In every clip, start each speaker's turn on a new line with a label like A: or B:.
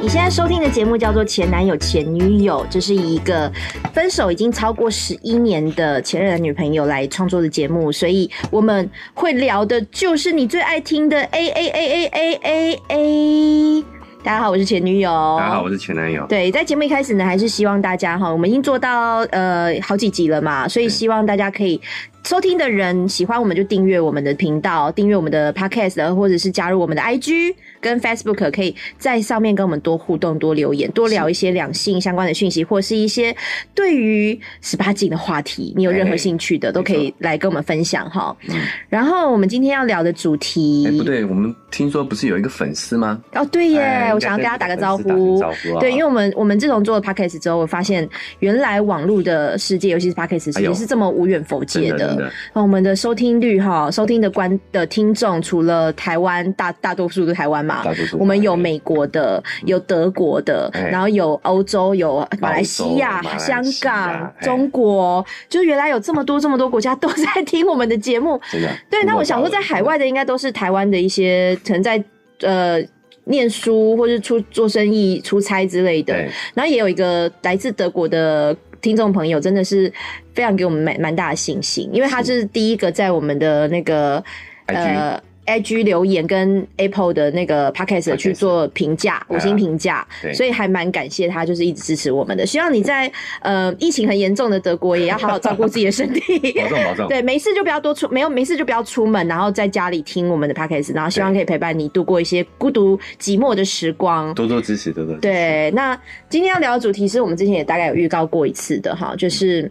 A: 你现在收听的节目叫做《前男友前女友》，这是一个分手已经超过十一年的前任女朋友来创作的节目，所以我们会聊的就是你最爱听的 A A A A A A A。大家好，我是前女友。
B: 大家好，我是前男友。
A: 哦对，在节目一开始呢，还是希望大家哈，我们已经做到呃好几集了嘛，所以希望大家可以收听的人喜欢我们就订阅我们的频道，订阅我们的 podcast，或者呃是加入我们的 IG 跟 Facebook，可以在上面跟我们多互动、多留言、多聊一些两性相关的讯息，或是一些对于十八禁的话题，你有任何
B: 哎
A: 兴趣的、都可以来跟我们分享哈。
B: 嗯
A: 然后我们今天要聊的主题，
B: 哎、不对，我们听说不是有一个粉丝吗？
A: 哦，对耶，
B: 哎
A: 我想要跟他打个招
B: 应该跟
A: 呼
B: 粉丝打。声招呼啊。
A: 对，因为我们我们自从做了 podcast 之后，我发现原来网络的世界，尤其是 podcast 世
B: 哎
A: 界、
B: 呦
A: 是这么无远否
B: 真
A: 界
B: 的真的，
A: 那我们的收听率哈，收听的观的听众，除了台湾大大多数都台湾嘛
B: 大，多数
A: 我们有美国的，有德国的，
B: 哎
A: 然后有欧洲，有马来西亚、
B: 马来西亚
A: 香港、
B: 哎
A: 中国，就是原来有这么多这么多国家都在听我们的节目，
B: 真的。
A: 对，那我想说，在海外的应该都是台湾的一些可能在呃念书或是出做生意、出差之类的。
B: 对，
A: 然后也有一个来自德国的听众朋友，真的是非常给我们蛮蛮大的信心，因为他是第一个在我们的那个
B: IG
A: 呃。IG 留言跟 Apple 的那个 Podcast
B: Podcast
A: 去做评价，五星评价，
B: 对
A: 所以还蛮感谢他，就是一直支持我们的。希望你在呃疫情很严重的德国，也要好好照顾自己的身体。
B: 保重保重。
A: 对，没事就不要多出，没有没事就不要出门，然后在家里听我们的 podcast，然后希望可以陪伴你度过一些孤独寂寞的时光。
B: 多多支持，多多支持。
A: 对，那今天要聊的主题是我们之前也大概有预告过一次的哈，就是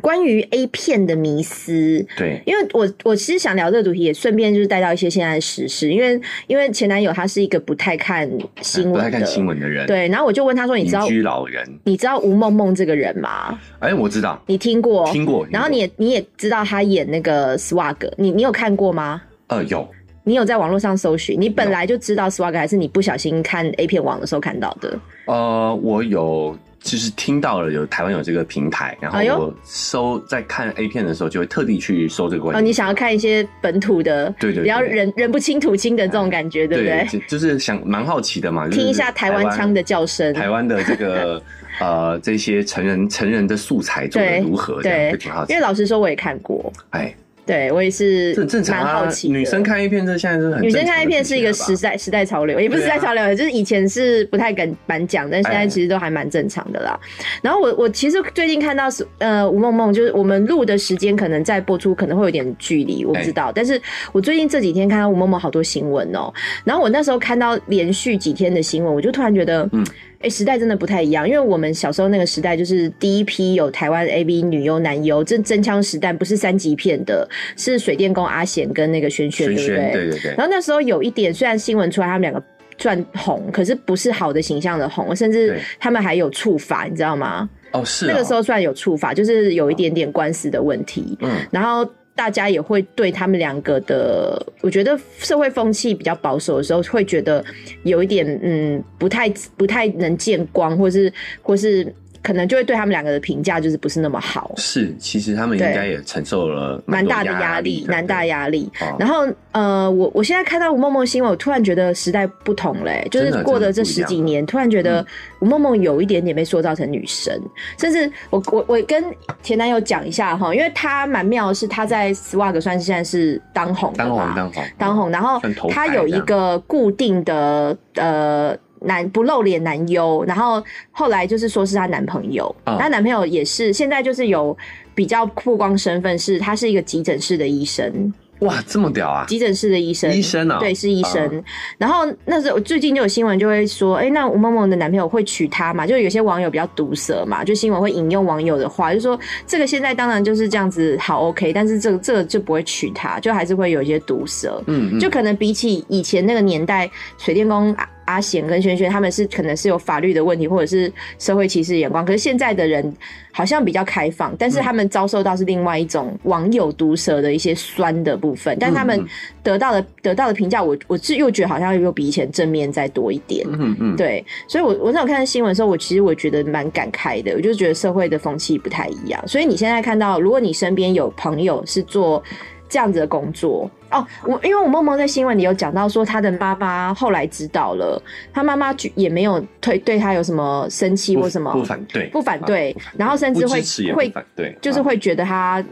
A: 关于 A 片的迷思。
B: 对
A: 因为我我其实想聊这个主题，也顺便就是带到一些现在的时事，因为因为前男友他是一个不太看新
B: 哎不
A: 闻
B: 太
A: 的，
B: 看新闻的人，，
A: 对，然后我就问他说：“你
B: 隐
A: 知道
B: 居老人。
A: 你知道吴梦梦这个人吗？
B: 哎、我知道，
A: 你听过？
B: 听过。
A: 然后你
B: 听
A: 也你也知道他演那个 Swag，你你有看过吗？
B: 过呃有，
A: 你有在网络上搜寻？你本来就知道 Swag，还是你不小心看 A 片网的时候看到的？
B: 呃，我有就是听到了有台湾有这个平台，然后
A: 哎呦
B: 我搜在看 A 片的时候，就会特地去搜这个关
A: 哦，
B: 键
A: 你
B: 字
A: 想要看一些本土的，
B: 对对对
A: 比较人人不清土清的这种感觉，对不对？
B: 就就是想蛮好奇的嘛，就是
A: 听一下台湾腔的叫声。
B: 台湾的这个呃这些成人成人的素材做
A: 对
B: 的如何，这
A: 对
B: 样就挺好奇
A: 因为。老实说，我也看过，
B: 哎，
A: 对我也是
B: 这很正常
A: 蛮好
B: 啊，
A: 奇的。
B: 女生看 A 片这现在是很
A: 女生看 A 片是一个时
B: 时
A: 代时代潮流，也不是时
B: 对啊
A: 代潮流，就是以前是不太敢敢讲，但现在
B: 哎
A: 其实都还蛮正常的啦。然后我我其实最近看到是呃吴梦梦，就是我们录的时间可能在播出可能会有点距离，
B: 哎
A: 我不知道。但是我最近这几天看到吴梦梦好多新闻哦、然后我那时候看到连续几天的新闻，我就突然觉得，嗯
B: 嗯。
A: 哎、时代真的不太一样，因为我们小时候那个时代，就是第一批有台湾 A B 女优男优，这真枪实弹，不是三级片的，是水电工阿贤跟那个轩轩，对不
B: 轩轩，啊对对对，
A: 然后那时候有一点，虽然新闻出来他们两个转红，可是不是好的形象的红，甚至
B: 对
A: 他们还有触法，你知道吗？
B: 哦是
A: 那个时
B: 候，
A: 候算有触法，就是有一点点官司的问题。
B: 嗯，
A: 然后大家也会对他们两个的，我觉得社会风气比较保守的时候，会觉得有一点嗯，不太不太能见光，或是或是可能就会对他们两个的评价就是不是那么好。
B: 是，其实他们应
A: 对
B: 该也承受了
A: 蛮
B: 多
A: 大的压力，
B: 的
A: 蛮大。压力。
B: 哦
A: 然后呃，我我现在看到吴梦梦新闻，我突然觉得时代不同嘞、就
B: 真
A: 是
B: 的
A: 过
B: 真
A: 了
B: 的
A: 这
B: 不一
A: 十
B: 样嗯
A: 几年，突然觉得吴梦梦有一点点被塑造成女神，甚至我我我跟前男友讲一下哈，因为他蛮妙的是他在 Swag 算是现在是当红的
B: 当
A: 嘛
B: 红当红
A: 当红，然后
B: 算头
A: 他
B: 牌
A: 有一
B: 这样
A: 个固定的呃男不露脸男优，然后后来就是说是她男朋友，她、
B: 嗯
A: 男朋友也是现在就是有比较曝光身份是他是一个急诊室的医生，
B: 哇这么屌啊！
A: 急诊室的医生，
B: 医生啊
A: 对，是医生。然后那时候最近就有新闻就会说，哎、那吴某某的男朋友会娶她嘛？就有些网友比较毒舌嘛，就新闻会引用网友的话，就说这个现在当然就是这样子好 OK，但是这个这个就不会娶她，就还是会有一些毒舌。
B: 嗯嗯，
A: 就可能比起以前那个年代，水电工阿阿贤跟轩轩他们是可能是有法律的问题，或者是社会歧视的眼光。可是现在的人好像比较开放，但是
B: 嗯
A: 他们遭受到是另外一种网友毒舌的一些酸的部分，但是他们
B: 嗯
A: 得到的得到的评价，我我是又觉得好像又比以前正面再多一点。
B: 嗯嗯，
A: 对，所以我，我那时候看新闻的时候，我其实我觉得蛮感慨的，我就觉得社会的风气不太一样。所以你现在看到，如果你身边有朋友是做这样子的工作哦。我因为我梦梦在新闻里有讲到说，她的妈妈后来知道了，她妈妈也没有对对她有什么生气
B: 不
A: 或什么，
B: 不反对，
A: 不反对然后甚至
B: 不
A: 会
B: 支持也不
A: 会
B: 反对，
A: 就是
B: 啊
A: 会觉得她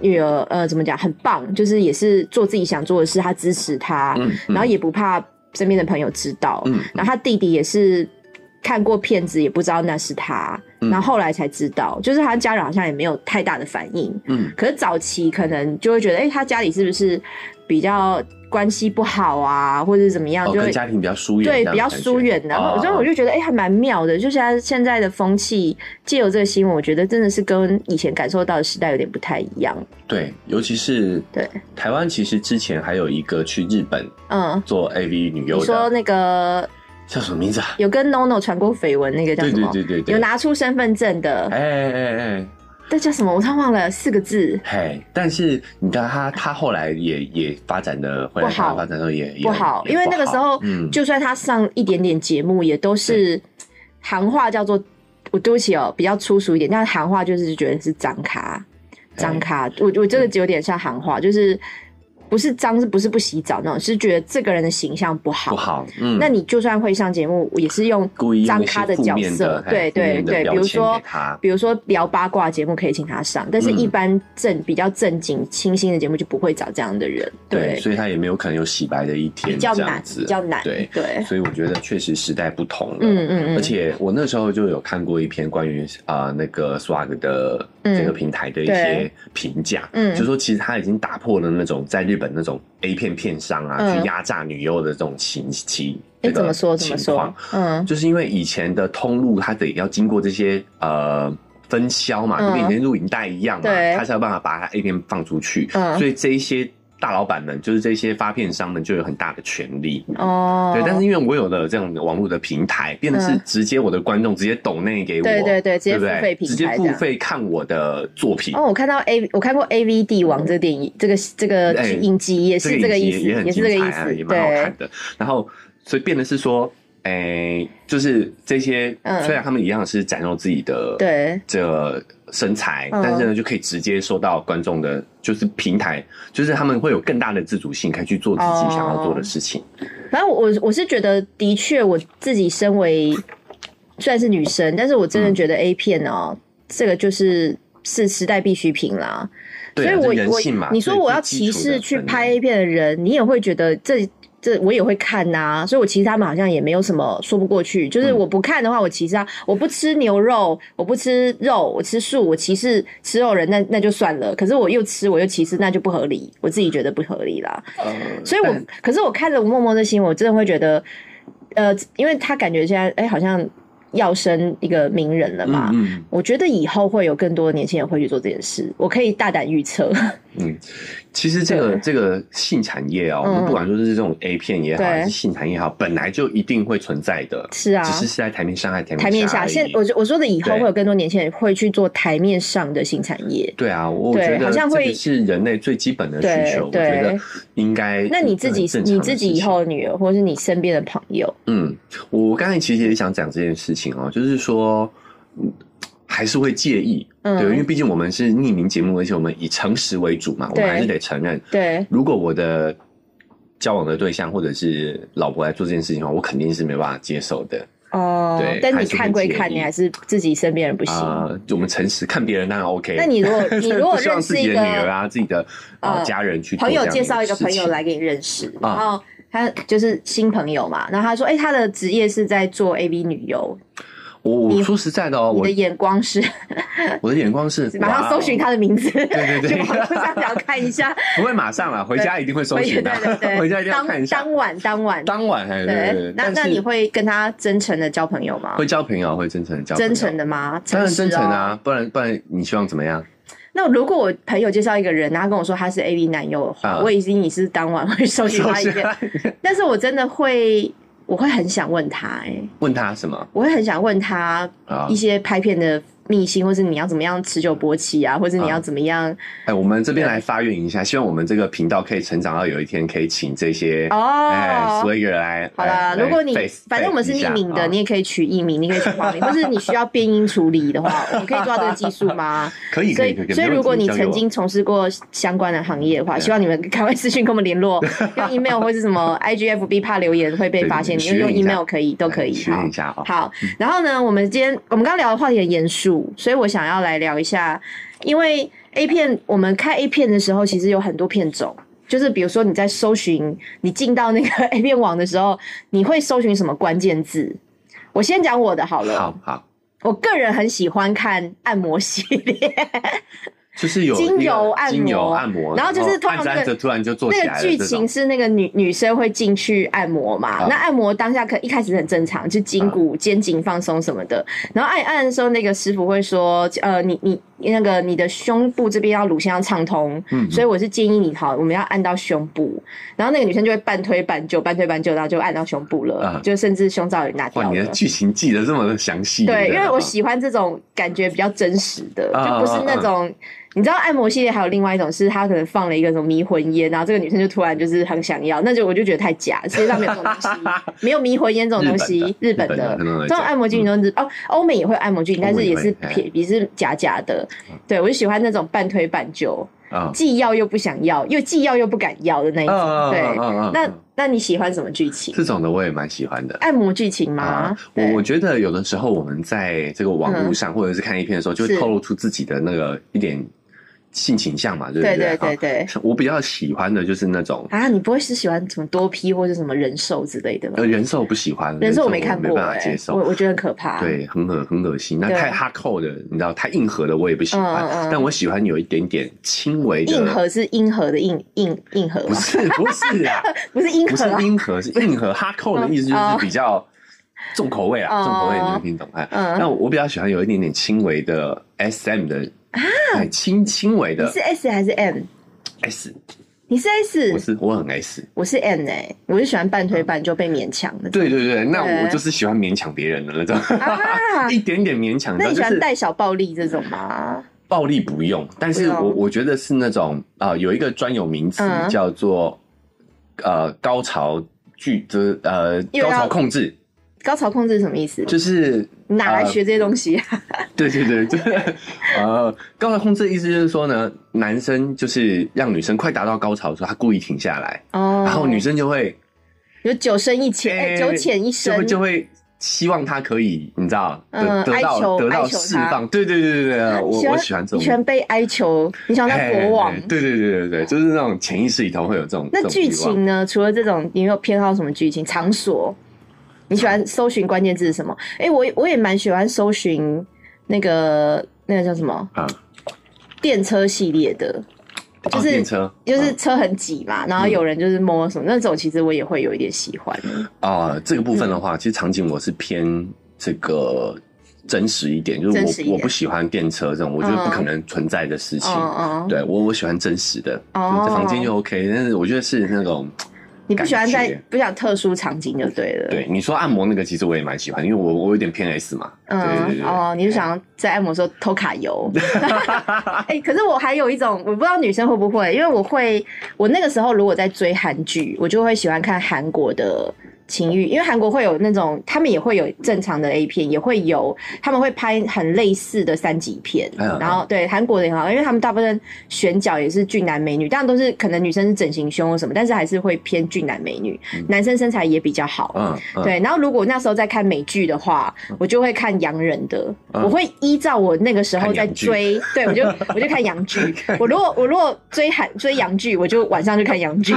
A: 女儿呃怎么讲很棒，就是也是做自己想做的事，她支持她，
B: 嗯，嗯
A: 然后也不怕身边的朋友知道，
B: 嗯，
A: 然后他弟弟也是看过片子，也不知道那是他，
B: 嗯
A: 然后后来才知道，就是他家人好像也没有太大的反应。
B: 嗯
A: 可是早期可能就会觉得，哎、他家里是不是比较关系不好啊，或者怎么样，
B: 哦，
A: 就会
B: 跟家庭比较疏远，
A: 对
B: 这样
A: 比较
B: 的感觉
A: 疏远然后所以我
B: 哦
A: 就觉得，哎、还蛮妙的。就现在现在的风气，借由这个新闻，我觉得真的是跟以前感受到的时代有点不太一样。
B: 对，尤其是
A: 对
B: 台湾，其实之前还有一个去日本
A: 嗯，
B: 做 AV 女
A: 你
B: 优
A: 说
B: 的，
A: 那个
B: 叫什么名字啊？
A: 有跟 NONO 传过绯闻那个叫
B: 对
A: 什
B: 对
A: 么？
B: 对对对，
A: 有拿出身份证的，
B: 哎哎哎哎
A: 这叫什么？我突然忘了，四个字，
B: 嘿，但是你看他，他后来也也发展的，回来
A: 不好
B: 发展的也也
A: 不好，
B: 也
A: 因为那个时候，
B: 嗯，
A: 就算他上一点点节目，也都是行话叫做，我对不起哦，比较粗俗一点，但行话就是觉得是脏咖，
B: 哎
A: 脏咖，我我
B: 嗯
A: 这个有点像行话，就是不是脏，是不是不洗澡那种，是觉得这个人的形象不好，
B: 不。好，嗯，
A: 那你就算会上节目，也是用
B: 故意用
A: 脏
B: 一些
A: 咖的
B: 负
A: 角
B: 面
A: 色
B: 的，
A: 对
B: 嘿负
A: 对
B: 面的
A: 对，
B: 标
A: 比如
B: 签
A: 说
B: 给他
A: 比如说聊八卦节目可以请他上，但是
B: 嗯
A: 一般正比较正经清新的节目就不会找这样的人，
B: 对，所以他也没有可能有洗白的一天，
A: 比较
B: 这
A: 难
B: 样，子
A: 比较难，
B: 对，
A: 对，
B: 所以我觉得确实时代不同了，
A: 嗯嗯嗯，
B: 而且我那时候就有看过一篇关于啊、呃那个 Swag 的
A: 嗯
B: 这个平台的一些评价，
A: 嗯
B: 就说其实他已经打破了那种在日本那种 A 片片商啊、
A: 嗯
B: 去压榨女优的这种情情。
A: 哎，
B: 这
A: 怎
B: 个
A: 么说怎
B: 情
A: 么说
B: 况？
A: 嗯
B: 就是因为以前的通路，它得要经过这些呃分销嘛，
A: 嗯
B: 就跟以前录影带一样嘛，
A: 对
B: 它才有办法把它 A 片放出去。
A: 嗯
B: 所以这一些大老板们，就是这些发片商们，就有很大的权利。
A: 哦，
B: 对，但是因为我有了这种网络的平台，变得是
A: 嗯
B: 直接我的观众直接抖内给我，
A: 对对对，直接
B: 对
A: 付
B: 不对
A: 费平
B: 直接
A: 台这
B: 付
A: 样。
B: 费看我的作品，
A: 哦，我看到 A，我看过 A V 帝王这电影，这个这个
B: 哎
A: 剧影集也是
B: 这个
A: 个
B: 影
A: 意
B: 集
A: 思，
B: 也
A: 也
B: 很
A: 是
B: 精
A: 这个
B: 彩
A: 意
B: 啊，也
A: 思，
B: 蛮好
A: 对
B: 看，的。然后所以变的是说，哎，就是这些
A: 嗯
B: 虽然他们一样是展露自己的
A: 对，
B: 这个身材，
A: 嗯
B: 但是呢就可以直接收到观众的，就是平台，就是他们会有更大的自主性，可以去做自己想要做的事情。
A: 反正我我我是觉得，的确我自己身为虽然是女生，但是我真
B: 嗯
A: 的觉得 A 片哦，这个就是是时代必需品啦。
B: 对啊
A: 所
B: 这
A: 以
B: 人
A: 我
B: 性嘛
A: 我你说
B: 最
A: 我要
B: 最
A: 歧
B: 基础的
A: 视去
B: 本能
A: 拍 A 片的人，你也会觉得这。这我也会看呐、所以我其实他们好像也没有什么说不过去。就是
B: 嗯
A: 我不看的话，我歧视他；啊我不吃牛肉，我不吃肉，我吃素，我歧视吃肉人，那那就算了。可是我又吃，我又歧视，那就不合理。我自己觉得不合理啦。
B: 呃
A: 所以我
B: 但，
A: 可是我看了吴默默的新闻，我真的会觉得，呃，因为他感觉现在哎、好像要升一个名人了嘛。
B: 嗯嗯
A: 我觉得以后会有更多的年轻人会去做这件事，我可以大胆预测。
B: 嗯，其实这个
A: 对
B: 这个性产业哦，我
A: 嗯
B: 们不管说是这种 A 片也好，
A: 对
B: 还是性产业也好，本来就一定会存在的，
A: 是啊
B: 只，是是在台面上还是
A: 台面下
B: 而已
A: 现哦我我说的以后
B: 对
A: 会有更多年轻人会去做台面上的新产业。
B: 对啊，我我
A: 对
B: 觉得
A: 好像会
B: 这个是人类最基本的需
A: 对
B: 求，我觉
A: 对
B: 得应该。
A: 那你自己
B: 嗯这很正常
A: 你
B: 的
A: 自己
B: 事
A: 以
B: 情
A: 后的女儿，或是你身边的朋友，
B: 嗯，我刚才其实也想讲这件事情哦，就是说，嗯还是会介意，
A: 嗯
B: 对，因为毕竟我们是匿名节目，而且我们以诚实为主嘛，我
A: 对
B: 们还是得承认，
A: 对
B: 如果我的交往的对象或者是老婆来做这件事情的话，我肯定是没办法接受的。
A: 哦
B: 对，
A: 但
B: 还
A: 你
B: 是会
A: 看归
B: 介
A: 看，
B: 意
A: 你还是自己身边人不行。
B: 啊、我们诚实看别人当然 OK。
A: 那你 如果你如果
B: 不希望
A: 认
B: 自
A: 识
B: 己
A: 一
B: 的
A: 个
B: 女儿啊，自己的呃
A: 呃
B: 家人去做
A: 朋友
B: 这样
A: 介绍一
B: 的
A: 个朋友
B: 事情
A: 来给你认识，
B: 啊
A: 然后他就是新朋友嘛，然后他说，哎、他的职业是在做 AV 女优，
B: 我我说实在的哦，
A: 你
B: 我
A: 的眼光是
B: 我的眼光是
A: 马上搜寻
B: 哇哦
A: 他的名字，
B: 对对
A: 去网络上想看一下，
B: 哦，不会马上啦，回家一定会 搜
A: 对
B: 寻的
A: 对，对
B: 回家一
A: 对，
B: 定要看
A: 当
B: 一下。
A: 当晚当晚，
B: 当晚还对对对，
A: 那
B: 但
A: 那
B: 是
A: 你会跟他真诚的交朋友吗？
B: 会交朋友，会真诚的交朋友
A: 真诚，的吗？
B: 当然
A: 实
B: 真诚
A: 哦。
B: 啊，不然不然你希望怎么 样？
A: 那如果我朋友介绍一个人，然后他跟我说他是 AV 男优的话，
B: 啊
A: 我已经你是当晚会搜寻 他一遍， 但是我真的会，我会很想问他、哎。
B: 问他什么
A: 我会很想问他
B: 啊
A: 一？些拍片的逆心，或是你要怎么样持久勃起啊，或是你要怎么样
B: 哎，我们这边来发愿一下，希望我们这个频道可以成长到有一天可以请这些哎
A: 哦。
B: swagger 来。
A: 好啦，
B: 来
A: 如果
B: 来
A: 你
B: face-
A: 反正我们是
B: face 啊
A: 匿
B: 一下
A: 名的，
B: 啊
A: 你也可以取艺名，你可以取化名，或是你需要变音处理的 话，我们可以做到这个技术吗？
B: 可以
A: 所
B: 可以
A: 以
B: 可以。可以
A: 所以
B: 没问题
A: 如果你
B: 交给
A: 曾
B: 我
A: 经从事过相关的行业的话，
B: 对
A: 希望你们赶快私讯跟我们联络， 用 email 或是什么 IGFB 怕留言会被发现，
B: 对
A: 你用
B: 学一下
A: email 可以，都可以。
B: 确
A: 好
B: 认一，下啊，
A: 好，然后呢，我们今天我们刚刚聊的话题很严肃，所以我想要来聊一下，因为 A 片，我们看 A 片的时候，其实有很多片种，就是比如说你在搜寻，你进到那个 A 片网的时候，你会搜寻什么关键字？我先讲我的好了，
B: 好好，
A: 我个人很喜欢看按摩系列，
B: 就是有
A: 精
B: 那个
A: 油按
B: 精油
A: 摩
B: 按摩，
A: 然后就是突然
B: 按
A: 那
B: 着
A: 个
B: 按着突然就做起
A: 那
B: 来
A: 个
B: 了。
A: 剧
B: 这种
A: 情是那个女女生会进去按摩嘛？
B: 啊
A: 那按摩当下可一开始很正常，就筋骨、肩颈放松什么的。然后按一按的时候，那个师傅会说：“呃，你你那个你的胸部这边要乳腺要畅通，
B: 嗯
A: 所以我是建议你好，我们要按到胸部。”然后那个女生就会半推半就，半推半就，然后就按到胸部了，
B: 啊
A: 就甚至胸罩也拿
B: 哇，
A: 掉
B: 你的
A: 了。
B: 剧情记得这么的详细。
A: 对，因为我
B: 啊
A: 喜欢这种感觉比较真实的，
B: 啊
A: 就不是那种。你知道按摩系列还有另外一种是，他可能放了一个什么迷魂烟，然后这个女生就突然就是很想要，那就我就觉得太假，世界上没有这种东西，没有迷魂烟这种东西， 日本的
B: 日本的很多人
A: 这种按摩剧你都是哦，欧美也会按摩剧，但是也是
B: 嗯欧美也会
A: 撇也是假假的，对我就喜欢那种半推半就，
B: 啊
A: 既要又不想要，又既要又不敢要的那一
B: 啊
A: 种。
B: 啊
A: 对
B: 啊啊啊！
A: 那
B: 啊
A: 那你喜欢什么剧情？
B: 这种的我也蛮喜欢的。
A: 按摩剧情吗
B: 啊，？我
A: 对嗯
B: 我觉得有的时候我们在这个网络上或者是看一片的时候，就会
A: 是
B: 透露出自己的那个一点性倾向嘛，对不
A: 对
B: 对
A: 对对
B: 啊
A: 对。
B: 我比较喜欢的就是那种
A: 啊，你不会是喜欢什么多批或者什么人兽之类的吧
B: 呃？人兽我不喜欢，
A: 人
B: 兽
A: 兽我没看过、
B: 没
A: 欸，
B: 办法接受
A: 我。我觉得很可怕。，
B: 对，很恶很恶心。那
A: 对
B: 太哈扣的，你知道，太硬核的我也不喜欢。
A: 嗯嗯嗯
B: 但我喜欢有一点点轻微的，
A: 硬核是硬核的硬硬硬核
B: 不
A: 吧？
B: 是不是啊，
A: 不是硬
B: 不
A: 核
B: 是
A: 啊，
B: 硬核，是硬核。哈扣的意思就
A: 哦
B: 是比较重口味啊，
A: 哦
B: 重口味你能听懂哎。那
A: 嗯，
B: 我比较喜欢有一点点轻微的 S M 的，哎，轻轻
A: 啊
B: 微
A: 你
B: 的
A: 是 S 还是 M？
B: S，
A: 你是 S，
B: 我是我很 S。
A: 我是 M 哎、我是喜欢半推半就被勉强的。
B: 对对对，那
A: 对
B: 我就是喜欢勉强别人的那种，
A: 啊
B: 一点点勉强。
A: 那你喜
B: 就
A: 欢
B: 是
A: 带小暴力这种吗？
B: 暴力不用，但是
A: 不
B: 我
A: 用
B: 我觉得是那种啊、呃有一个专有名词
A: 嗯
B: 叫做、呃高潮剧，就是呃
A: 又要
B: 高潮控制，
A: 高潮控制是什么意思？
B: 就是
A: 你哪来学这些东西啊？
B: 对对对，就是呃高潮控制的意思就是说呢，男生就是让女生快达到高潮的时候，他故意停下来，
A: 哦，
B: 呃然后女生就会
A: 有九深一浅，哎、
B: 哎
A: 九浅一
B: 就会
A: 深，
B: 就会。希望他可以，你知道，得、
A: 嗯
B: 得
A: 哀
B: 到
A: 求
B: 得到
A: 哀求他
B: 释放，对对对对对，我我喜欢这
A: 你喜欢
B: 种，
A: 被哀求，你喜欢当国王
B: 嘿。对对对对对，就是那种潜意识里头会有这种。这
A: 那
B: 种
A: 剧
B: 欲望
A: 情呢？除了这种，你有偏好什么剧情？场所，你喜欢搜寻关键字是什么？哎、我我也蛮喜欢搜寻那个那个叫什么
B: 啊，
A: 电车系列的，就
B: 哦
A: 是、
B: 电车，
A: 就是车很挤嘛，然后
B: 嗯
A: 有人就是摸什么、那种，其实我也会有一点喜欢。
B: 啊、呃这个部分的
A: 嗯
B: 话，其实场景我是偏这个真实一点，就
A: 真实
B: 是
A: 一
B: 我
A: 点
B: 我不喜欢电车这种，我觉得不可能存在的事情。
A: 嗯嗯，
B: 对我，我喜欢真实的，
A: 哦
B: 就是在房间就 OK。但是我觉得是那种，
A: 你不喜欢在
B: 感觉
A: 不想特殊场景就对了。
B: 对你说按摩那个，其实我也蛮喜欢，因为我我有点偏 S 嘛。对对对
A: 嗯，
B: 对
A: 哦，你就想在按摩的时候偷卡 油。 哎、可是我还有一种，我不知道女生会不会，因为我会，我那个时候如果在追韩剧，我就会喜欢看韩国的情欲，因为韩国会有那种，他们也会有正常的 A 片，也会有，他们会拍很类似的三级片，
B: 嗯
A: 然后对韩国的也很好，因为他们大部分选角也是俊男美女，当然都是可能女生是整形胸或什么，但是还是会偏俊男美女，男生身材也比较好，
B: 嗯嗯，
A: 对，然后如果那时候在看美剧的话，我就会看洋人的，
B: 嗯
A: 我会依照我那个时候
B: 看
A: 在
B: 洋剧
A: 追，对我就我就看洋 剧。我如果我如果追韩追洋剧，我就晚上就看洋 剧。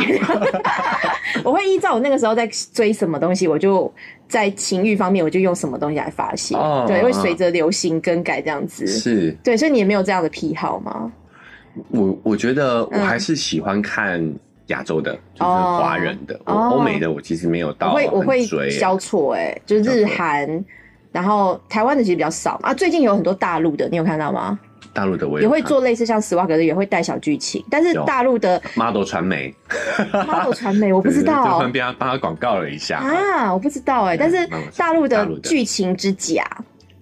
A: 我会依照我那个时候在追什么东西，我就在情欲方面我就用什么东西来发泄，
B: 哦
A: 对，
B: 嗯
A: 会随着流行更改这样子。
B: 是
A: 对，所以你也没有这样的癖好吗？
B: 我我觉得我
A: 嗯
B: 还是喜欢看亚洲的，就是
A: 哦
B: 华人的。我
A: 哦
B: 欧美的我其实没有
A: 我
B: 到
A: 会我
B: 很
A: 会
B: 追欸
A: 消挫、欸，哎，就是日
B: 消挫
A: 韩，然后台湾的其实比较少啊。最近有很多大陆的，你有看到吗？
B: 大陆的，我
A: 也
B: 有
A: 会
B: 看
A: 做类似像斯瓦格的，也会带小剧情，但是
B: 有
A: 大陆 的
B: model 传媒。
A: model 传媒我不知
B: 对这
A: 道
B: 番边帮他广告了一下。
A: 啊，我不知道哎、
B: 对
A: 但是
B: 蛮有趣
A: 大陆
B: 大
A: 的
B: 陆的啊
A: 剧情之甲，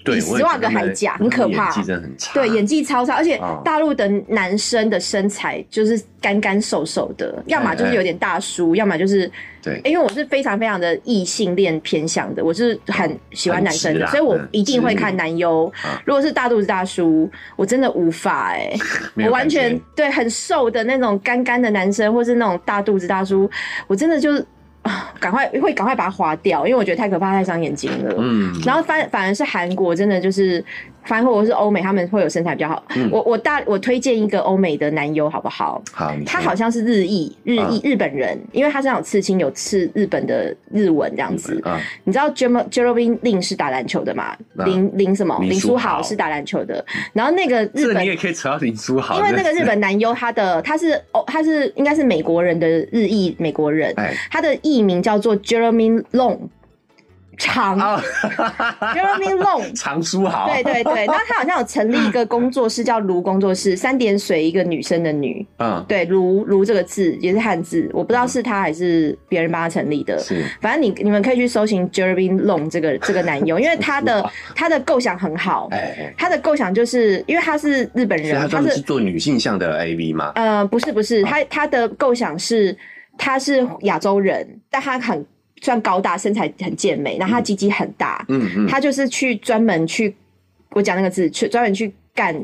B: 对，
A: 比
B: 我
A: 十
B: 也
A: 万个
B: 觉得
A: 还
B: 他们
A: 假，很
B: 他们
A: 可怕
B: 演。技真的很差。
A: 对，演技超差，而且
B: 哦
A: 大陆的男生的身材就是干干瘦瘦的，要么
B: 哎
A: 就是有点大叔，要么就是
B: 对
A: 因为我是非常非常的异性恋偏向的，我是很喜欢男生
B: 很直
A: 的，
B: 啦
A: 所以我
B: 嗯
A: 一定会
B: 直
A: 看男优
B: 啊。
A: 如果是大肚子大叔，我真的无法哎、
B: 没有
A: 我完
B: 感觉
A: 全对很瘦的那种干干的男生，或是那种大肚子大叔，我真的就是啊，赶快会赶快把它划掉，因为我觉得太可怕，太伤眼睛了。
B: 嗯，
A: 然后反反而是韩国，真的就是韩国或是欧美，他们会有身材比较好。
B: 嗯
A: 我我大我推荐一个欧美的男优好不好？
B: 好，你
A: 他
B: 说
A: 好像是日裔，日裔、
B: 嗯啊
A: 日本人，因为他身上有刺青，有刺日本的日文这样子。
B: 啊，
A: 你知道 Jerome Jerome Lin 是打篮球的嘛？
B: 啊
A: 林林什么？
B: 林
A: 林
B: 书
A: 书豪
B: 豪嗯
A: 是打篮球的。然后那个
B: 这
A: 日
B: 个
A: 本
B: 你也可以扯到林书豪，
A: 因为那个日
B: 真的是
A: 本男优，他的他是哦，他是应该是美国人的日裔美国人，
B: 哎
A: 他的艺名叫做 Jeremy Long，长、
B: 啊，
A: Jeremy Long。
B: 常书豪，
A: 对对对，那他好像有成立一个工作室，叫“卢工作室”，三点水一个女生的“女
B: 嗯”，，
A: 对“卢卢”这个字也是汉字，我不知道是他还是别人帮他成立的。
B: 是
A: 反正你你们可以去搜寻 Jeremy Long 这个这个男优，因为他 的他的构想很好，
B: 哎，
A: 他的构想就是因为他是日本
B: 所以他
A: 人，他
B: 专门
A: 是
B: 是做女性向的 AV 嘛，
A: 呃，不是不是，他他的构想是他是亚洲人，但他很算高大，身材很健美，然后他鸡鸡很大，
B: 嗯嗯，
A: 他就是去专门去我讲那个字，去专门去干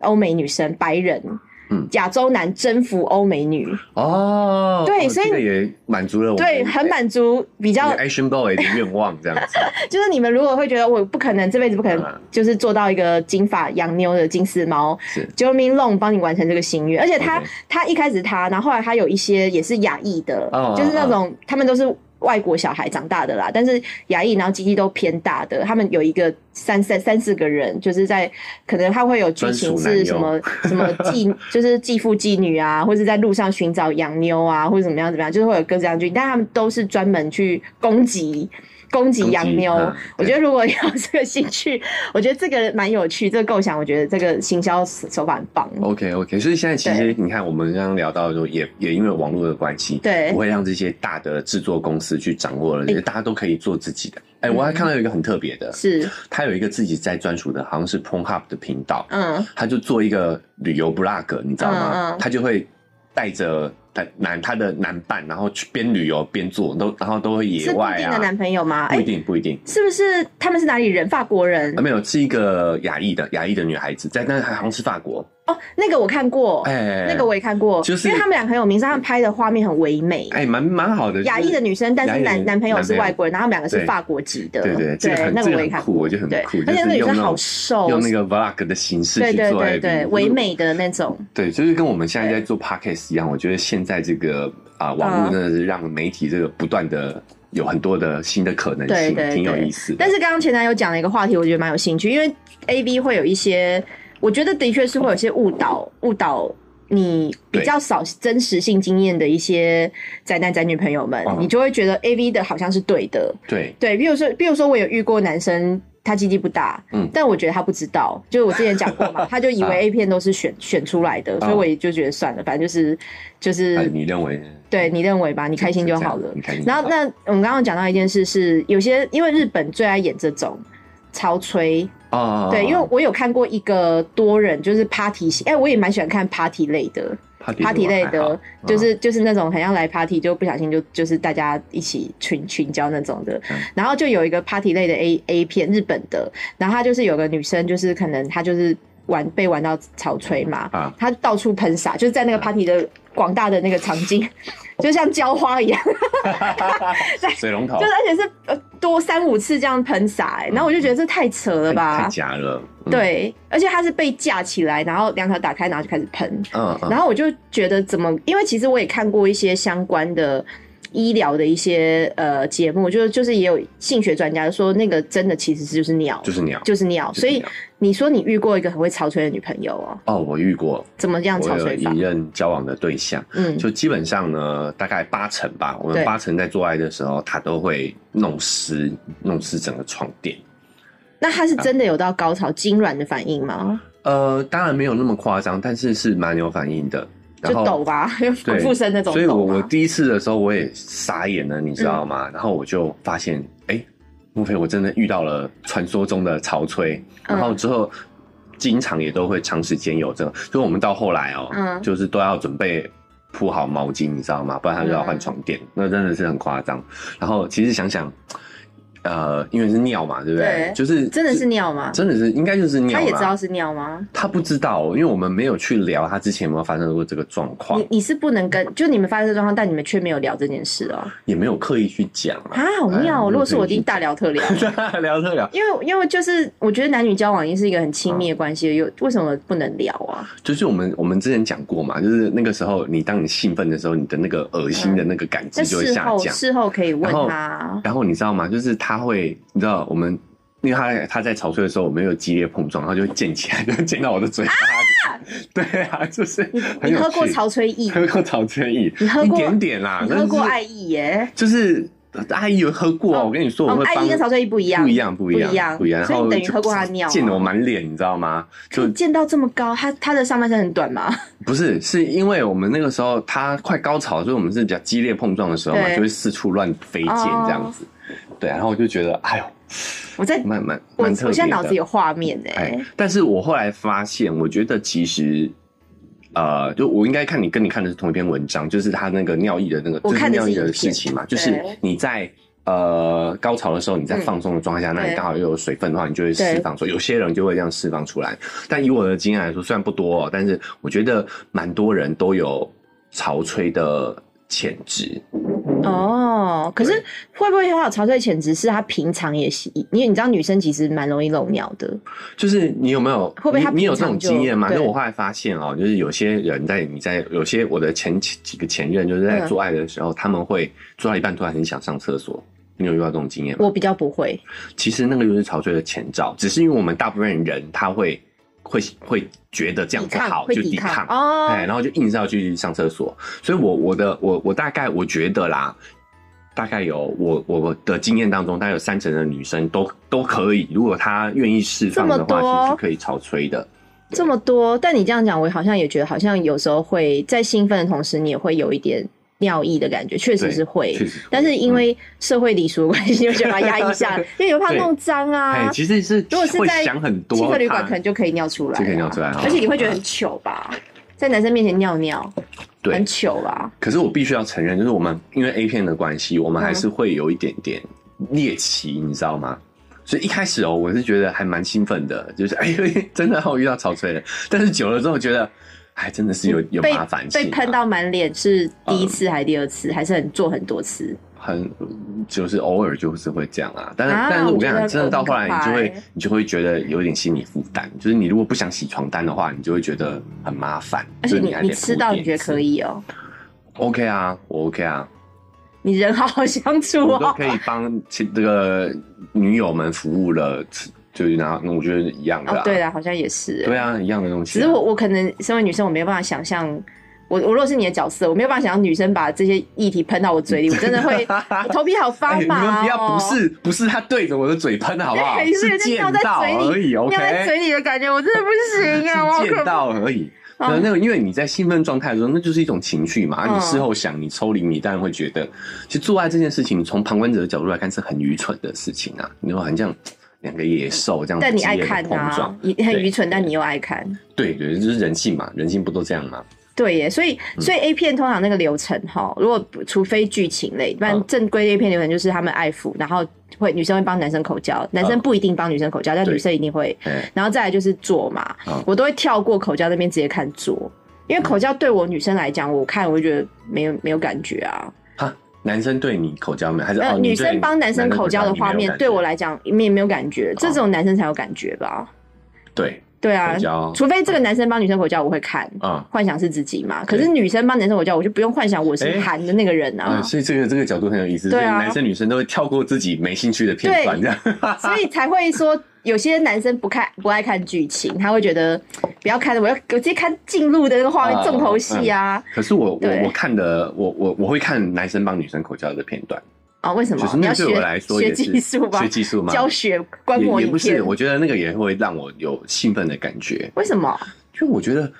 A: 欧美女生、白人
B: 嗯。
A: 亚洲男征服欧美女，
B: 哦，
A: 对
B: 哦
A: 所以
B: 这个也满足了我哎
A: 对，很满足。比较
B: Asian Boy 的愿望这样 子，
A: 就是你们如果会觉得我不可能这辈子不可
B: 嗯
A: 能，就是做到一个金发洋妞的金丝猫
B: 是
A: ，Jeremy Long 帮你完成这个心愿。而且他
B: OK
A: 他一开始他，然后后来他有一些也是亚裔的
B: 哦，
A: 就是那种他们都是外国小孩长大的啦，但是亚裔然后基地都偏大的，他们有一个三三三四个人，就是在可能他会有剧情
B: 专属男
A: 是
B: 优
A: 什 么什么继就是继父继女啊，或者在路上寻找洋妞啊，或者怎么样怎么样，就是会有各式各样的剧情，但他们都是专门去攻击。攻击
B: 攻击
A: 洋妞
B: 嗯，
A: 我觉得如果有这个兴趣，我觉得这个蛮有趣，这个构想，我觉得这个行销手法很棒。
B: OK OK，所以现在其实你看，我们刚刚聊到的时候，也也因为网络的关系，
A: 对
B: 不会让这些大的制作公司去掌握了，
A: 哎嗯
B: 大家都可以做自己的。哎、我还看到有一个很特别的，
A: 是，
B: 他有一个自己在专属的，好像是 Pornhub 的频道，
A: 嗯，
B: 他就做一个旅游 blog，你知道吗？
A: 嗯嗯
B: 他就会带着他男他的男伴，然后去边旅游边做，都然后都会野
A: 是固
B: 外
A: 定的
B: 啊，
A: 男朋友吗？哎、
B: 不一定不一定。
A: 是不是他们是哪里人？法国人
B: 啊，没有，是一个亚裔的亚裔的女孩子，在那好像是法国，
A: 哦，那个我看过，
B: 哎、
A: 那个我也看过，
B: 就是
A: 因为他们俩很有名，所以他们拍的画面很唯美。
B: 哎，蛮蛮好的，
A: 亚
B: 就是
A: 裔的女生，但
B: 亚
A: 是
B: 裔的
A: 男
B: 女
A: 男朋友是
B: 男朋友
A: 外国人，然后他们两个是
B: 对
A: 法国籍的，
B: 对对，这个很
A: 那
B: 这
A: 个
B: 个
A: 我
B: 很
A: 也看
B: 酷，
A: 过，
B: 我觉得
A: 对
B: 很酷，，
A: 而且那
B: 就
A: 个
B: 是
A: 女
B: 用
A: 生
B: 那
A: 好
B: 种
A: 瘦，哦
B: 用那个 vlog 的形式
A: 对
B: 去
A: 对
B: 做 AV，
A: 对对，
B: 就是
A: 唯美的那种，
B: 对，就是跟我们现在在做 podcast 一样，我觉得现在这个啊、网络
A: 嗯
B: 真的是让媒体这个不断的有很多的新的可能
A: 对
B: 性，
A: 对
B: 挺有
A: 对
B: 意思的。
A: 但是刚刚前男友讲了一个话题，我觉得蛮有兴趣，因为 A B 会有一些，我觉得的确是会有一些误导，误导你比较少真实性经验的一些宅男宅女朋友们
B: 嗯，
A: 你就会觉得 A V 的好像是对的，
B: 对，
A: 对，比如说，比如说我有遇过男生。他基地不大，
B: 嗯
A: 但我觉得他不知道，就是我之前讲 过嘛，他就以
B: 啊
A: 为 A 片都是选选出来的，所以我也就觉得算了，反正就是就是、
B: 啊、你认为
A: 对你认为吧，你开心就好了。
B: 你开心就
A: 然
B: 好。
A: 后那我们刚刚讲到一件事是，有些因为日本最爱演这种潮吹，
B: 哦，
A: 对，因为我有看过一个多人就是 party 型，哎、我也蛮喜欢看 party 类的
B: party
A: ，party 类
B: 我还
A: 的
B: 好，嗯
A: 就是、就是那种很像来 party 就不小心就就是大家一起群群交那种的
B: 嗯，
A: 然后就有一个 party 类的 A A 片日本的，然后她就是有个女生就是可能她就是玩被玩到潮吹嘛，
B: 啊，
A: 他到处喷洒，就是在那个
B: 嗯
A: party 的广大的那个场景，就像浇花一样，
B: 水龙头
A: 就是而且是呃多三五次这样喷洒、欸，然后我就觉得这太扯了
B: 太嗯太
A: 吧？
B: 假了，嗯，
A: 对，而且他是被架起来，然后两条打开，然后就开始喷，
B: 嗯嗯，
A: 然后我就觉得怎么，因为其实我也看过一些相关的。医疗的一些呃节目，就是就是也有性学专家说，那个真的其实就是鸟，
B: 就是鸟，
A: 就是鸟。
B: 就是
A: 所以
B: 鸟
A: 你说你遇过一个很会潮吹的女朋友哦，
B: 哦，我遇过，
A: 怎么样
B: 我
A: 潮
B: 有
A: 吹法
B: 一？任交往的对象。
A: 嗯，
B: 就基本上呢，大概八成吧，我们
A: 对
B: 八成在做爱的时候，他都会弄湿弄湿整个床垫。
A: 那他是真的有到高潮痉挛的反应吗？
B: 呃，当然没有那么夸张，但是是蛮有反应的。
A: 就
B: 然后
A: 抖吧，就
B: 对
A: 附身那种
B: 所以我
A: 抖
B: 我
A: 吗？嗯
B: 第一次的时候我也傻眼了，你知道吗？然后我就发现，哎、莫非我真的遇到了传说中的曹崔？
A: 嗯
B: 然后之后经常也都会长时间有这个，所以我们到后来哦、
A: 嗯
B: 就是都要准备铺好毛巾，你知道吗？不然他就要换
A: 嗯
B: 床垫，那真的是很夸张。然后其实想想，呃，因为是尿嘛，对不对
A: 对？
B: 就是
A: 真的是尿吗？
B: 真的是应该就是尿
A: 他
B: 啦。
A: 也知道是尿吗？
B: 他不知道，因为我们没有去聊他之前有没有发生过这个状况
A: 你，你是不能跟，就你们发生这状况，但你们却没有聊这件事哦。
B: 也没有刻意去讲啊。
A: 啊，好妙
B: 哎
A: 哦！如果是我弟，
B: 你
A: 大聊 特聊。
B: 聊特聊，
A: 因为因为就是我觉得男女交往也是一个很亲
B: 嗯
A: 密的关系，有为什么不能聊啊？
B: 就是我们我们之前讲过嘛，就是那个时候你当你兴奋的时候，你的那个恶心的那个感知
A: 嗯在
B: 就会
A: 事
B: 下
A: 后
B: 降。
A: 事后可以问
B: 然后
A: 他啊，
B: 然后你知道吗？就是他会，你知道我们，因为他他在潮吹的时候，我们有激烈碰撞，他就会溅起来，就溅到我的嘴巴里。 对啊，就是很
A: 你
B: 有
A: 喝过
B: 趣
A: 潮吹意，
B: 喝过潮吹意，
A: 你喝
B: 一
A: 过
B: 点点啦，
A: 你
B: 但
A: 喝
B: 是
A: 过爱意耶？
B: 就是阿姨有喝过，啊
A: 哦
B: 我跟你说，我
A: 哦
B: 会，
A: 爱
B: 帮
A: 意跟潮吹意不一样，
B: 不一样，不一样，
A: 不一样
B: 不一样。
A: 所以
B: 然后
A: 你等于
B: 就
A: 喝过他尿啊
B: 溅得我满脸，你知道吗？就
A: 见到这么高，他他的上半身很短嘛？
B: 不是，是因为我们那个时候他快高潮，所以我们是比较激烈碰撞的时候嘛，
A: 对
B: 就会四处乱飞溅
A: 哦
B: 这样子。对，然后我就觉得，哎呦，
A: 我在
B: 蛮蛮
A: 我
B: 蛮
A: 我
B: 特别的。
A: 现在脑子有画面哎
B: 哎，，但是我后来发现，我觉得其实，呃，就我应该看你跟你看的是同一篇文章，就是他那个尿意的那个，
A: 我看的
B: 就是是尿意
A: 影
B: 的
A: 片
B: 事情嘛，就是
A: 对
B: 你在。呃，高潮的时候你在
A: 嗯
B: 放松的状态下，那
A: 对
B: 你刚好又有水分的话，你就会
A: 对
B: 释放出来。有些人就会这样释放出来，但以我的经验来说，虽然不多、哦，但是我觉得蛮多人都有潮吹的潜质。
A: 哦，可是
B: 对
A: 会不会他有潮吹潜质？是他平常也吸，因为你知道女生其实蛮容易漏尿的，
B: 就是你有没有？
A: 会不会他
B: 你你有
A: 平
B: 这
A: 常
B: 种
A: 就
B: 经验吗？
A: 对
B: 那我后来发现哦、就是有些人在你在有些我的前几个前任，就是在
A: 嗯
B: 做爱的时候，他们会做到一半突然很想上厕所。你有遇到这种经验吗？
A: 我比较不会。
B: 其实那个就是潮吹的前兆，只是因为我们大部分人他会会会觉得这样
A: 抵
B: 不
A: 抗
B: 好，
A: 会
B: 就
A: 抵
B: 抵抗，
A: 哦
B: 哎，，然后就硬是要去上厕所。所以我我的我我大概我觉得啦，大概有我我的经验当中，大概有三成的女生都都可以，如果她愿意释放的
A: 这么
B: 话，
A: 多
B: 其实是可以潮吹的。
A: 这么多，但你这样讲，我好像也觉得，好像有时候会在兴奋的同时，你也会有一点尿意的感觉，确实
B: 对
A: 是会。
B: 确实，
A: 但是因为社会礼俗的关系，就觉得把它压抑下来，因为又怕
B: 对
A: 弄脏
B: 哎、
A: 啊。
B: 其实是
A: 如果是
B: 会
A: 在
B: 想很多，
A: 汽车旅馆
B: 怕
A: 可能就可以尿出来啊，
B: 就可以尿出来啊
A: 而且你会觉得很糗吧？在男生面前尿尿，
B: 对
A: 很。糗吧？
B: 可是我必须要承认，就是我们因为 A 片的关系，我
A: 嗯
B: 们还是会有一点点猎奇，你知道吗？所以一开始哦，我是觉得还蛮兴奋的，就是哎，真的让我遇到潮吹了。但是久了之后，觉得哎，真的是有有
A: 被
B: 麻烦性啊、
A: 被喷到满脸是第一次还是第二次，还是很做很多次？
B: 很就是偶尔就是会这样啊，但是、
A: 啊
B: 但是
A: 我
B: 我
A: 觉
B: 跟你
A: 得
B: 讲，真的到后
A: 很
B: 来你
A: 可
B: 就
A: 怕
B: 会
A: 欸
B: 你就会觉得有点心理负担，就是你如果不想洗床单的话，你就会觉得很麻烦，
A: 而且
B: 就是
A: 你
B: 还
A: 你
B: 得
A: 吃
B: 铺
A: 到
B: 垫
A: 你觉得可
B: 子
A: 以哦，
B: ？OK 啊，我 OK 啊，
A: 你人好好相 处
B: 我都
A: 哦
B: 可。以帮其这个女友们服务了，就是然后那我觉得一样的、
A: 哦
B: 啊，
A: 对了，好像也是。欸
B: 对啊，一样的东西、啊。
A: 只是我我可能身为女生，我没有办法想象，我我如果是你的角色，我没有办法想象女生把这些议题喷到我嘴里，我真的 会我头皮好
B: 哎
A: 发
B: 你
A: 麻、哦
B: 们不要不 是不是他对着我的嘴喷的好不好？
A: 对所以
B: 是
A: 就尿
B: 见
A: 在
B: 到
A: 嘴里
B: 而已
A: 尿在
B: ，OK。
A: 嘴里的感觉，我真的不行啊！我好
B: 是见
A: 可怕。
B: 到而已。
A: 啊
B: 那那个，因为你在兴奋状态的时候，那就是一种情绪嘛。啊
A: 嗯
B: 你事后想，你抽离，你当然会觉得，其实做爱这件事情，从旁观者的角度来看是很愚蠢的事情啊。你说很像两个野兽这样，
A: 但你爱看
B: 碰
A: 啊
B: 撞，，
A: 你很
B: 对
A: 愚蠢，但你又爱看。
B: 对对，就是人性嘛，人性不都这样吗？
A: 对耶，所以
B: 嗯
A: 所以 A 片通常那个流程哈，如果除非剧情类，不然
B: 嗯
A: 正规的 A 片流程就是他们爱抚，然后会女生会帮男生口交，男生
B: 嗯
A: 不一定帮女生口交，但
B: 对
A: 女生一定会
B: 哎、
A: 然后再来就是做嘛，
B: 嗯
A: 我都会跳过口交那边直接看做，因为口交对我女生来讲，我看我就觉得没有没有感觉啊。
B: 哈，男生对你口交没有？还是、
A: 呃，
B: 哦，
A: 女
B: 你对
A: 生帮男生口交的画面对我
B: 来
A: 来讲也没有感觉，这种男生才有感觉吧？
B: 对
A: 对啊
B: 哦口，交
A: 除非这个男生帮女生口交，我会看。
B: 啊。
A: 幻想是自己嘛，可是女生帮男生口交，我就不用幻想我是
B: 哎
A: 含的那个人
B: 啊、
A: 啊，
B: 所以这个这个角度很有意思，
A: 对啊
B: 所以男生女生都会跳过自己没兴趣的片段，这
A: 对
B: 样
A: 所以才会说有些男生不看不爱看剧情，他会觉得不要看，我要我直接看进入的那个画面
B: 啊
A: 重头戏啊
B: 可是我我
A: 对
B: 我看的我我我会看男生帮女生口交的片段，
A: 啊！为什
B: 就
A: 么
B: 是
A: 你
B: 那
A: 要
B: 个对
A: 学
B: 我来说
A: 学
B: 也是
A: 技术吧
B: 学？技术嘛，
A: 教学观摩
B: 也也
A: 影
B: 不是，
A: 片，
B: 我觉得那个也会让我有兴奋的感觉，
A: 为什么？
B: 就我觉得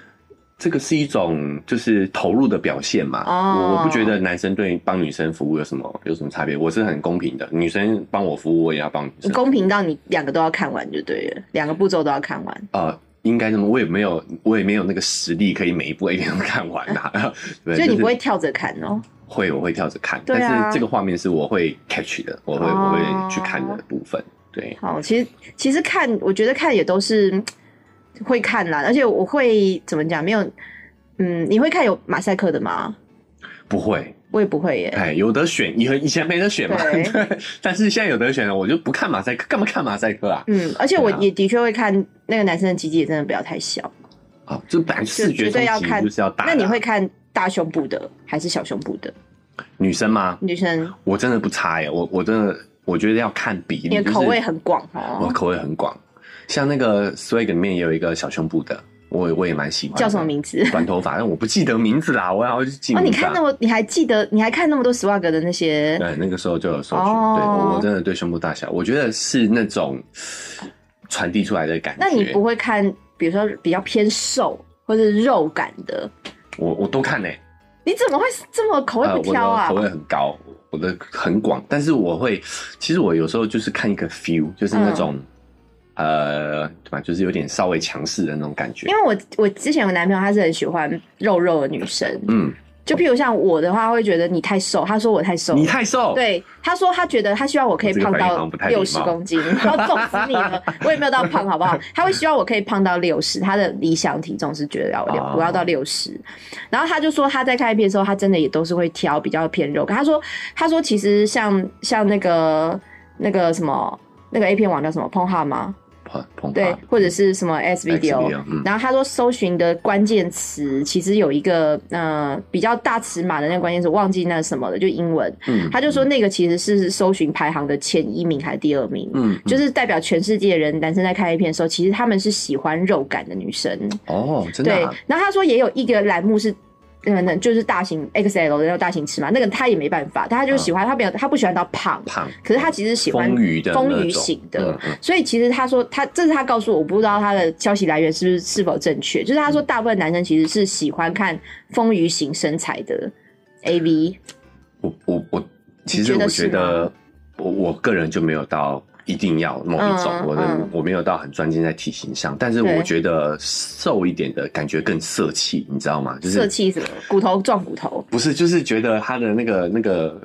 B: 这个是一种就是投入的表现嘛。
A: 哦
B: 我我不觉得男生对帮女生服务有什么有什么差别，我是很公平的。女生帮我服务，我也要帮女生。
A: 公平到你两个都要看完就对了，两个步骤都要看完。
B: 呃，应该这么，我也没有，我也没有那个实力可以每一部 A 片都看完 啊。对，
A: 所以你
B: 就是
A: 不会跳着看哦。
B: 会，我会跳着看，
A: 对啊
B: 但是这个画面是我会 catch 的，我会、我
A: 哦
B: 会去看的部分。对，
A: 好，其实其实看，我觉得看也都是嗯会看啦，而且我会怎么讲？没有，嗯，你会看有马赛克的吗？
B: 不会，
A: 我也不会耶。
B: 哎，有得选，以以前没得选嘛，
A: 对
B: 对。 但是现在有得选了，我就不看马赛克，干嘛看马赛克啊？
A: 嗯，而且我
B: 对啊
A: 也的确会看那个男生的鸡鸡，也真的不要太小。
B: 啊，就本来
A: 就
B: 视觉
A: 绝对要
B: 冲击
A: 看
B: 就是要大的
A: 那
B: 啊。
A: 你会看大胸部的还是小胸部的
B: 女生吗？
A: 女生？
B: 我真的不差耶，我我真的我觉得要看比例，
A: 你的口
B: 就是
A: 味很广
B: 我
A: 哦。
B: 口味很广，像那个 swag 里面也有一个小胸部的，我我也蛮喜欢的。
A: 叫什么名字？
B: 短头发，但我不记得名字啦，我要去记
A: 哦，
B: 名
A: 你
B: 字啊。
A: 看那么，你还记得？你还看那么多 swag 的那些？
B: 对，那个时候就有搜寻。
A: 哦
B: 对我我真的对胸部大小，我觉得是那种传递出来的感觉。
A: 那你不会看，比如说比较偏瘦或者肉感的？
B: 我我都看呢、
A: 你怎么会这么口味
B: 呃，
A: 不
B: 我
A: 挑
B: 的
A: 啊？
B: 口味很高，我的很广，但是我会，其实我有时候就是看一个 feel，就是
A: 嗯
B: 那种、呃，对吧？就是有点稍微强势的那种感觉
A: 因。为我我之前有个男朋友，他是很喜欢肉肉的女生。
B: 嗯，
A: 就譬如像我的话，会觉得你太瘦，他说我太瘦了，
B: 你太瘦，，
A: 对，他说他觉得他希望我可以胖
B: 这个反应好
A: 到
B: 像不太礼貌
A: 六十公斤， 然后揍死你了！我也没有到胖，好 不好？他会希望我可以胖到六十，他的理想体重是觉得要六，
B: 哦
A: 我要到六十。然后他就说他在看片的时候，他真的也都是会挑比较偏肉。可他说他说其实像像那个那个什么那个 A 片网叫什么 p o n h u 吗？
B: 碰碰
A: 对
B: 吧，
A: 或者是什么 S Video。
B: XVIO 嗯，
A: 然后他说，搜寻的关键词其实有一个呃比较大尺码的那个关键词，忘记那是什么了，就英文。
B: 嗯
A: 他就说那个其实是搜寻排行的前一名还是第二名，
B: 嗯，嗯
A: 就是代表全世界人男生在看 A 片的时候，其实他们是喜欢肉感的女生。
B: 哦，真的、
A: 对
B: 啊，，
A: 然后他说也有一个栏目是。嗯，那就是大型 XL 的那种大型尺码，那个他也没办法，但他就喜欢、他没有他不喜欢到胖，
B: 胖，哦
A: 可是他其实喜欢
B: 嗯丰腴的那种
A: 丰腴型的，
B: 嗯嗯
A: 所以其实他说他这是他告诉我，我不知道他的消息来源是不是是否正确，就是
B: 嗯
A: 他说大部分男生其实是喜欢看丰腴型身材的 AV，
B: 我我我，其
A: 觉
B: 实
A: 得
B: 我
A: 是
B: 觉得我我个人就没有到一定要某一种，
A: 嗯
B: 我的
A: 嗯
B: 我没有到很专精在体型上，但是
A: 对
B: 我觉得瘦一点的感觉更色气，你知道吗？就
A: 色
B: 是
A: 气什么骨头撞骨头，
B: 不是就是觉得他的那个那个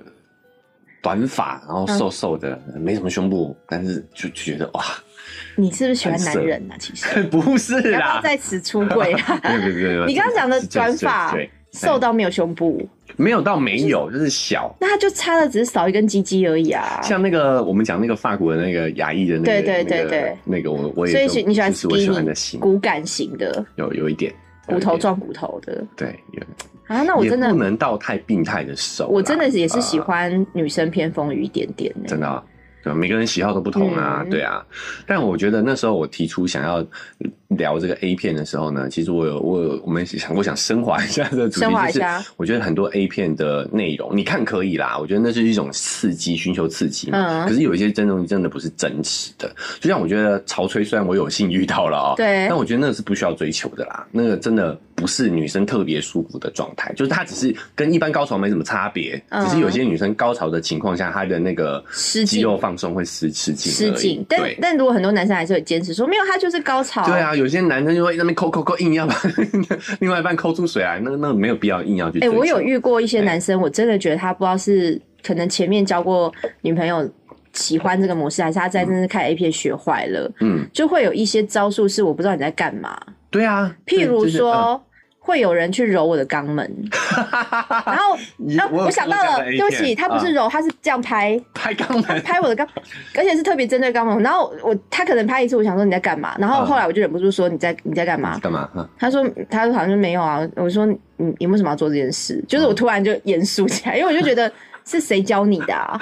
B: 短发，然
A: 嗯
B: 后瘦瘦的，没什么胸部，但是就就觉得哇，
A: 你是不是喜欢
B: 很色
A: 男人啊？其实
B: 不是
A: 要不要
B: 啦。
A: 在此出柜啊？
B: 对对对对，
A: 你刚刚讲的
B: 是这
A: 短发
B: 对，
A: 瘦到没有胸部，
B: 没有到没有，就是小，
A: 那他就差的只是少一根鸡鸡而已啊。
B: 像那个我们讲那个法国的那个牙医的那个，
A: 对对对对
B: 那个那个我我也
A: 所以
B: 就是
A: 你喜欢
B: 这是我喜欢的
A: skinny
B: 型，
A: 骨感型的，
B: 有有一点
A: 骨头，
B: 有一点
A: 撞骨头的
B: 对，有
A: 啊？那我
B: 也
A: 真的
B: 不，能到太病态的瘦啦，
A: 我真的也是
B: 呃
A: 喜欢女生偏丰腴一点点欸呢。
B: 真的啊、对，每个人喜好都不同啊，
A: 嗯
B: 对啊。但我觉得那时候我提出想要聊这个 A 片的时候呢，其实我有我有我们想过想升华一下这个主题，
A: 升华一
B: 就
A: 下
B: 是我觉得很多 A 片的内容，你看可以啦，我觉得那是一种刺激，寻求刺激嘛。
A: 嗯
B: 可是有一些真东西真的不是真实的，就像我觉得潮吹，虽然我有幸遇到了啊、
A: 对
B: 但我觉得那个是不需要追求的啦，那个真的不是女生特别舒服的状态，就是它只是跟一般高潮没什么差别，
A: 嗯
B: 只是有些女生高潮的情况下，她的那个
A: 失禁
B: 肌肉放松会失失禁
A: 失
B: 而已
A: 禁，但
B: 对。
A: 但如果很多男生还是会坚持说没有，他就是高潮。
B: 对，啊，有些男生就会在那边抠抠抠，硬要把 另外一半抠出水来，那那没有必要硬要去
A: 哎，
B: 追求。
A: 我有遇过一些男生，我真的觉得他不知道是可能前面交过女朋友喜欢这个模式，还是他在真的看 A 片学坏了。
B: 嗯，
A: 就会有一些招数是我不知道你在干嘛，
B: 对啊，
A: 譬如
B: 对就是 嗯
A: 说。会有人去揉我的肛 门，然后
B: 你
A: 啊，
B: 我有
A: 我想到
B: 看过这样
A: 了，
B: 的 A
A: 对不起，
B: 片
A: 他不是
B: 啊
A: 揉，他是这样拍，
B: 拍肛门，
A: 拍我的肛， 而且是特别针对肛门。然后我他可能拍一次，我想说你在干嘛，然后
B: 嗯
A: 后来我就忍不住说你在你在干嘛？
B: 干嘛？嗯
A: 他说他好像就没有啊。我说你你为什么要做这件事？就是我
B: 嗯
A: 突然就严肃起来，因为我就觉得是谁教你的啊？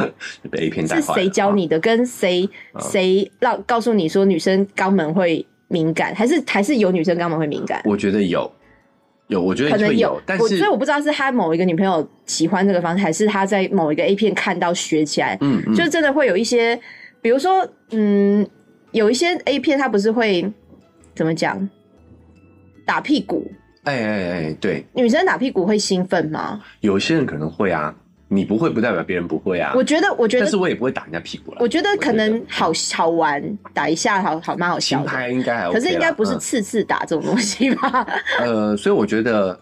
B: 被 A 片带
A: 是
B: 坏了啊嗯
A: 谁教？你的？跟谁谁让告诉你说女生肛门会敏感，还是还是有女生肛门会敏感？
B: 我觉得有，有，我觉得
A: 可能
B: 会
A: 有，
B: 但
A: 我
B: 是
A: 所以我不知道是他某一个女朋友喜欢这个方式，还是他在某一个 A 片看到学起来，
B: 嗯嗯
A: 就真的会有一些，比如说，嗯，有一些 A 片它不是会怎么讲，打屁股，
B: 哎哎哎，对，
A: 女生打屁股会兴奋吗？
B: 有些人可能会啊，你不会不代表别人不会啊。
A: 我觉得，我觉
B: 但是
A: 得，
B: 我也不会打人家屁股了
A: 我。觉得可能好好玩，打一下好好蛮好笑
B: 轻
A: 的。
B: 拍应该还 OK 啦
A: 可是应该不是
B: 嗯
A: 次次打这种东西 吧？
B: 呃，所以我觉得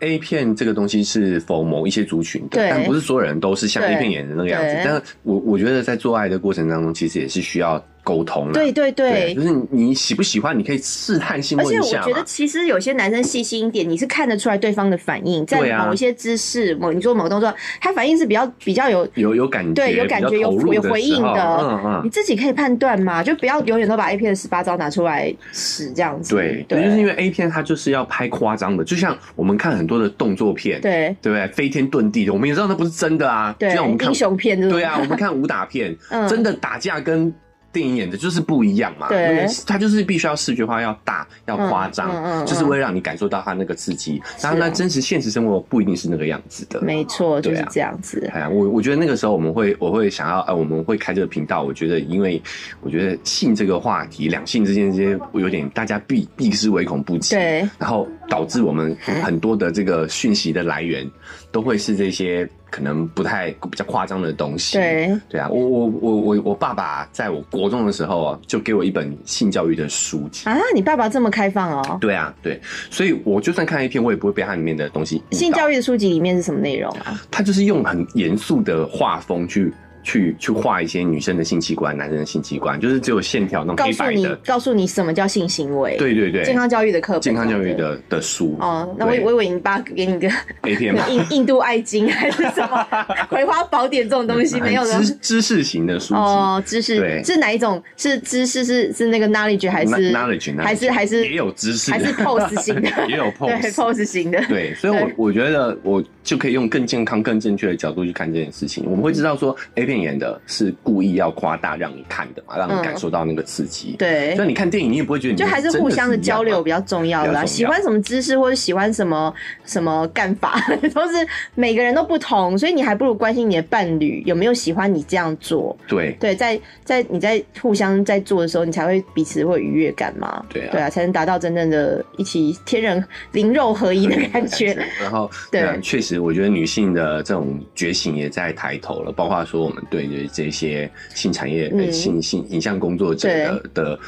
B: A 片这个东西是否某一些族群的
A: 对，
B: 但不是所有人都是像
A: 对
B: A 片演的那个样子
A: 对。
B: 但我我觉得在做爱的过程当中，其实也是需要沟通的。
A: 对对对
B: 就。是你喜不喜欢，你可以试探性
A: 而
B: 问
A: 且
B: 一
A: 我
B: 下
A: 觉得，
B: 嘛。
A: 其实有些男生细心一点，你是看得出来对方的反应，在
B: 对啊
A: 某一些姿势、某你做某个动作，他反应是比较比较有，
B: 有有感觉，
A: 对有感觉
B: 比较投入
A: 有有
B: 的
A: 回应
B: 时候
A: 的
B: 嗯
A: 你
B: 嗯。
A: 自己可以判断嘛，就不要永远都把 A 片的十八招拿出来使这样子。
B: 对，
A: 对，
B: 就是因为 A 片它就是要拍夸张的，就像我们看很多的动作片，
A: 对
B: 对不对？飞天遁地的，我们也知道那不是真的啊。就
A: 对
B: 像我们看
A: 英，雄片这种，
B: 对啊，我们看武打片，
A: 嗯，
B: 真的打架跟电影演的就是不一样嘛。
A: 对
B: 那个它就是必须要视觉化，要大，要夸张，
A: 嗯嗯嗯嗯
B: 就是为了让你感受到它那个刺激。
A: 是啊
B: 当然，那真实现实生活不一定是那个样子的。
A: 没错，就
B: 对啊
A: 是这样子。
B: 哎呀，我我觉得那个时候我们会，我会想要，呃，我们会开这个频道。我觉得，因为我觉得性这个话题，两性之间这些有点大家避避之唯恐不及，
A: 对
B: 然后导致我们很多的这个讯息的来源都会是这些可能不太比较夸张的东西。
A: 对，
B: 对啊，我我我我我爸爸在我国中的时候啊，就给我一本性教育的书籍。
A: 啊，你爸爸这么开放哦？
B: 对啊，对，所以我就算看 A 片，我也不会被它里面的东西。
A: 性教
B: 育，
A: 育的书籍里面是什么内容啊？
B: 它就是用很严肃的画风去去去画一些女生的性器官、男生的性器官，就是只有线条那种
A: 告
B: 黑
A: 诉
B: 白
A: 你
B: 的。，
A: 告诉你什么叫性行为？，
B: 对对对，
A: 健康教育的课本，
B: 健康教育。的的书
A: 哦，那我以
B: 对
A: 我以为你爸给 你一个
B: A 片嘛，
A: 印印度爱经还是什 么葵花宝典这种东西
B: 很
A: 没有的
B: 啊知知识型的书籍。
A: 哦，知识
B: 对
A: 是哪一种？是知识是是那个 knowledge 还是
B: knowledge，knowledge
A: 还是还
B: 也
A: 是
B: 有知识，
A: 还是 pose 型的？
B: 也有 pose，
A: 对 pose 型 的，
B: 对，所以我，我
A: 对
B: 觉得我就可以用更健康、更正确的角度去看这件事情。我们会知道说，A 片演的是故意要夸大让你看的嘛，让
A: 嗯
B: 你感受到那个刺激。
A: 对
B: 所以你看电影，你也不会觉得你
A: 就还是
B: 真
A: 互相的
B: 是一样
A: 交流
B: 嘛。
A: 比较重要啦。
B: 比较重要
A: 喜欢什么姿势或者喜欢什么什么干法， 都是每个人都不同，所以你还不如关心你的伴侣有没有喜欢你这样做。
B: 对
A: 对，在在你在互相在做的时候，你才会彼此会有愉悦感嘛。
B: 对啊
A: 对啊，才能达到真正的一起天人灵肉合一的感 觉。
B: 然后，
A: 对
B: 对啊，确实，我觉得女性的这种觉醒也在抬头了，包括说我们对这这些性产业、呃
A: 嗯
B: 性性影像工作者的的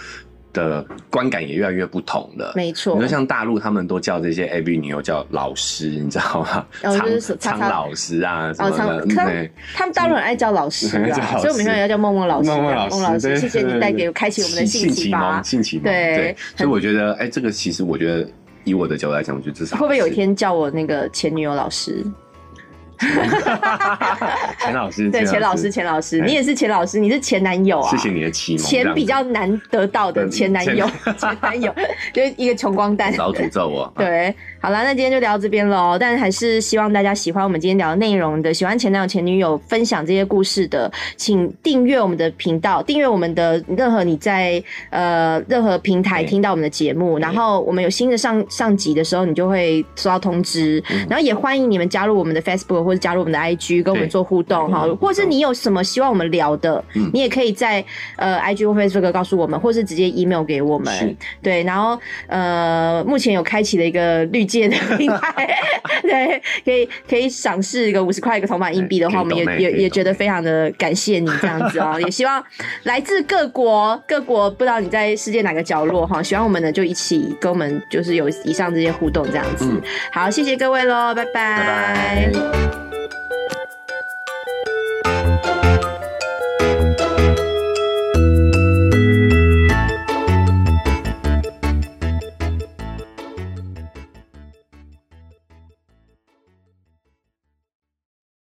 B: 的观感也越来越不同了。
A: 没错
B: 你说，像大陆，他们都叫这些 AV 女优叫老师，你知道吗？
A: 哦
B: 苍
A: 就是说
B: 苍
A: 苍
B: 老师啊什
A: 哦，
B: 么
A: 他
B: 的，
A: 们他们
B: 对，嗯
A: 他们大陆很爱叫老师
B: 叫
A: 啊，
B: 老师
A: 所以我们永远要叫梦梦老师啊，
B: 孟孟老
A: 梦老
B: 对
A: 师，谢谢
B: 对
A: 你
B: 对
A: 带给开启我们的
B: 性
A: 启发
B: 蒙，。性启蒙，
A: 对
B: 对。所以我觉得，哎，这个其实我觉得，以我的角度来讲，我觉得至少
A: 会不会有一
B: 是
A: 天叫我那个前女友老师？
B: 钱老师？
A: 对，钱老师，，钱老师，
B: 哎
A: 你也是钱老师，你是前男友啊？
B: 谢谢你的启蒙，这
A: 钱
B: 样子
A: 比较难得到的
B: 对
A: 前男友， 前男友就是一个穷光蛋。
B: 老诅 咒我。
A: 对，嗯好啦，那今天就聊到这边喽。但还是希望大家喜欢我们今天聊的内容的，喜欢前男友、前女友分享这些故事的，请订阅我们的频道，订阅我们的任何你在呃任何平台
B: 对
A: 听到我们的节目，然后我们有新的上上集的时候，你就会收到通知。
B: 嗯
A: 然后也欢迎你们加入我们的 Facebook 或者加入我们的 IG，跟我们
B: 对
A: 做互动哈
B: 嗯。
A: 或者是你有什么希望我们聊的，
B: 嗯
A: 你也可以在呃 IG 或 Facebook 告诉我们，或是直接 email 给我们。
B: 是
A: 对，然后呃，目前有开启了一个绿界的平台， 对，可以可以赏识一个五十块一个铜板硬币的话，
B: 哎
A: 我
B: 可
A: 们也
B: 以懂哎
A: 也
B: 可以
A: 也
B: 懂
A: 觉得非常的感谢你这样子哦，也希望来自各国各国，不知道你在世界哪个角落哈，喜欢我们的就一起跟我们就是有以上这些互动这样子。
B: 嗯
A: 好，谢谢各位喽，拜
B: 拜拜。